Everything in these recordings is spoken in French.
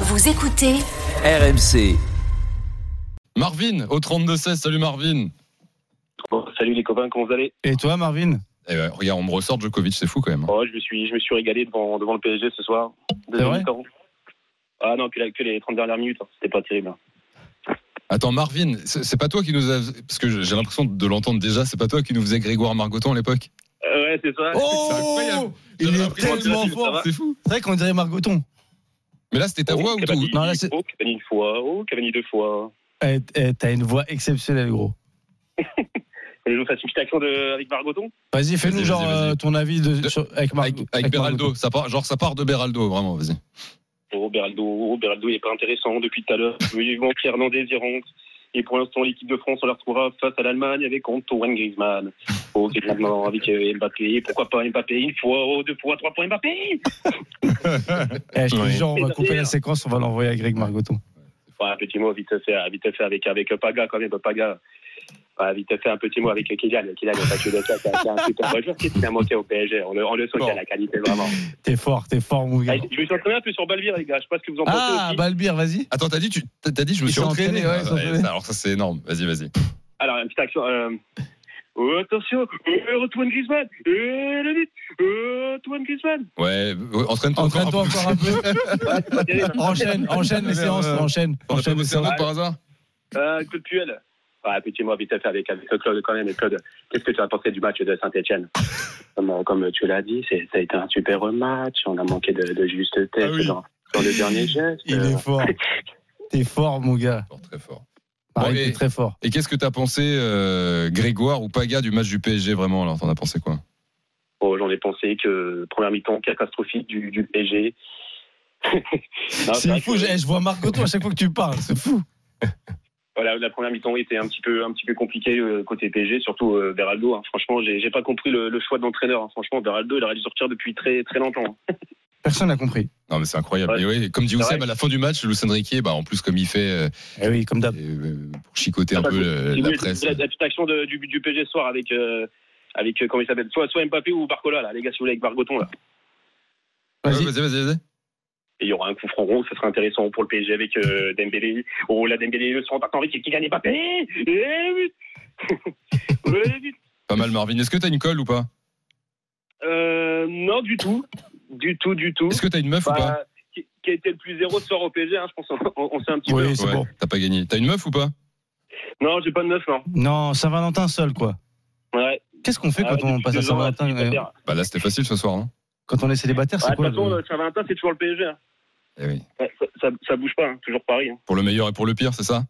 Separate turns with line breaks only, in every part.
Vous écoutez
RMC.
Marvin, au 32-16, salut Marvin.
Bon, salut les copains, comment vous allez
Et toi, Marvin
Eh ben, regarde, on me ressort Djokovic, c'est fou quand même. hein.
oh, je, me suis, je me suis régalé devant, devant le PSG ce soir. Deux
C'est vrai
ans. Ah non, que, la- que les 30 dernières minutes, hein, c'était pas terrible. hein.
Attends, Marvin, c'est c'est pas toi qui nous a... Parce que j'ai l'impression de l'entendre déjà, c'est pas toi qui nous faisait Grégoire Margoton à l'époque
Euh, ouais, c'est ça.
Oh,
C'est incroyable.
Il
J'avais
est
l'impression que
tellement
c'était-
fort.
C'est fou
C'est vrai qu'on dirait Margoton.
Mais là, c'était ta
Oh,
voix ou tout
Cavani,
Non, là, c'est-
oh, Cavani une fois, oh, Cavani deux fois.
Eh, eh, T'as une voix exceptionnelle, gros.
Vous voulez que je vous fasse une petite action de, avec Margoton
Vas-y, fais-nous
Vas-y,
genre
vas-y, vas-y.
euh, ton avis de-
De-
sur- avec, Mar-
Avec, avec
avec
Beraldo,
Margoton.
ça part, genre ça part de Beraldo, vraiment, vas-y.
Oh, Beraldo, oh, Beraldo, il est pas intéressant depuis tout à l'heure. Vivement que Hernandez y rentre. Et pour l'instant, l'équipe de France, on la retrouvera face à l'Allemagne avec Antoine Griezmann. Oh, Griezmann avec euh, Mbappé. Pourquoi pas Mbappé Une fois, oh, deux fois, trois fois Mbappé
Eh, je te
Oui.
jure, on va
Et
couper la
derrière.
séquence, on va l'envoyer à Greg Margoton.
Ouais, un petit mot vite fait, euh, vite fait avec, avec Paga quand même, Paga. Ouais, vite fait un petit mot avec Kylian. Kylian, il n'y a pas que de ça, c'est un- c'est un super bon joueur qui s'est monté au PSG. On le, on le soutient
Bon.
à la qualité, vraiment.
T'es fort, t'es fort, mon gars.
Allez, je me suis entraîné un peu sur Balvir, les gars. Je sais pas ce que vous en pensez
Ah,
aussi.
Balbir, vas-y.
Attends, t'as dit, tu, t'as- t'as dit, je me
Il
suis
s'est
entraîné.
entraîné, ouais, il s'est
Ah, ouais,
entraîné.
ça, alors ça, c'est énorme. Vas-y, vas-y.
Alors, une petite action. Euh... Oh, attention, euh, Antoine Griezmann. Euh, le but. Euh, Antoine Griezmann.
Ouais, euh, entraîne-toi encore.
Entraîne-toi
un peu.
encore un peu.
Ouais, c'est pas terrible.
Enchaîne, enchaîne les
Euh,
séances, enchaîne.
On a pas
Enchaîne les
bossé un
séances.
autre par hasard
Euh, coup de puel. Ouais, petit mot vite fait avec, avec Claude quand même. Et Claude, qu'est-ce que tu as pensé du match de Saint-Etienne comme, euh, comme tu l'as dit, c'est- ça a été un super match. On a manqué de, de juste tête
Ah oui.
dans, dans le dernier geste.
Il
Euh,
est fort. T'es fort, mon gars.
Fort, Très fort.
Pareil,
Bon, et-
t'es très fort.
Et qu'est-ce que t'as pensé, euh, Grégoire ou Paga, du match du PSG, vraiment Alors, t'en as pensé quoi
bon, J'en ai pensé que première mi-temps catastrophique du, du PSG. Non, c'est
C'est
vrai
fou,
que-
j'ai- je vois Margoton à chaque fois que tu parles, c'est fou.
Voilà, la première mi-temps était un petit peu, un petit peu compliquée euh, côté PSG, surtout euh, Beraldo. hein. Franchement, j'ai j'ai pas compris le, le choix d'entraîneur. hein. Franchement, Beraldo, il aurait dû sortir depuis très, très longtemps.
Personne n'a compris.
Non, mais c'est incroyable.
Ouais.
Et ouais, comme dit
C'est
Oussem,
vrai.
à la fin du match, Luis Enrique, bah, en plus, comme il fait euh,
Eh oui, comme d'hab.
euh, pour chicoter un
Enfin,
peu euh,
j'ai
la
vu
presse.
La, la petite action de- du, du PSG ce soir avec, euh, avec euh, comment il s'appelle, soit, soit Mbappé ou Barcola, là, les gars, si vous voulez, avec Bargoton. Là.
Ouais,
Vas-y.
Vas-y, vas-y, vas-y.
Et il y aura un coup franc rond, ça serait intéressant pour le PSG avec euh, Dembélé. Oh là, Dembélé, le centre, attends, avec Kylian Mbappé. Eh oui Ouais, vite.
Pas mal, Marvin. Est-ce que t'as une colle ou pas
Euh, non, du tout. Du tout, du tout.
Est-ce que t'as une meuf ou pas
Bah, qui, qui a été le plus zéro ce soir au PSG, hein, je pense, on, on- on sait un petit peu.
Oui, c'est
Ouais,
bon.
T'as pas gagné. T'as une meuf ou pas
Non, j'ai pas de neuf, non.
Non, Saint-Valentin seul, quoi.
Ouais.
Qu'est-ce qu'on fait
Ah,
quand on
depuis
passe à
deux ans, là,
Saint-Valentin euh,
célibataire.
Bah là, c'était facile ce soir, non
Quand on est célibataire,
Ouais,
c'est
De
quoi
toute façon,
le...
le Saint-Valentin, c'est toujours le PSG. hein.
Eh oui.
Ouais, Ça, ça, ça bouge pas, hein, toujours Paris. hein.
Pour le meilleur et pour le pire, c'est ça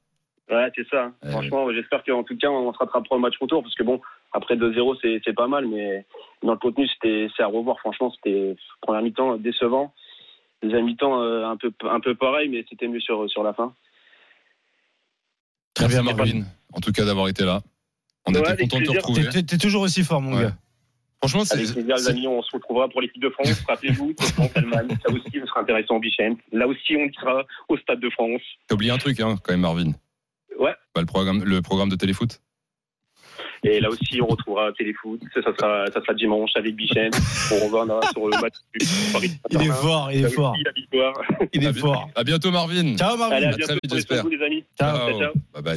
Ouais, c'est ça. hein.
Eh
Ouais.
Franchement, j'espère qu'en tout cas, on se rattrapera au match retour, parce que bon, après 2-0, c'est c'est pas mal, mais dans le contenu, c'était c'est à revoir. Franchement, c'était première mi-temps euh, décevant. Deuxième mi-temps, euh, un peu, un peu pareil, mais c'était mieux sur, sur la fin.
Très bien,
Merci, Marvin. En tout cas, d'avoir été là. On
Ouais,
était
avec
content de te
plaisir.
retrouver.
T'es- T'es t'es toujours aussi fort, mon
Ouais.
gars.
Franchement, c'est.
Avec plaisir, les
c'est-
amis, on se retrouvera pour l'équipe de France. Rappelez-vous, c'est France, Allemagne. Là aussi, ce sera intéressant, Bichente. Là aussi, on sera au Stade de France.
T'as oublié un truc, hein, quand même, Marvin.
Ouais.
Bah, le, programme, le programme de téléfoot.
Et là aussi, on retrouvera Téléfoot. Ça, ça sera, ça sera dimanche avec Bichette. On reviendra sur le match du Paris.
Il est fort, il
Là
est
aussi,
fort,
La victoire.
il
Ah,
est
bien.
fort.
À bientôt, Marvin.
Ciao,
Allez,
Marvin.
à
très
bientôt.
vite,
Prenez soin de
j'espère.
vous, les amis.
Ciao.
Ciao, ciao.
Bye bye.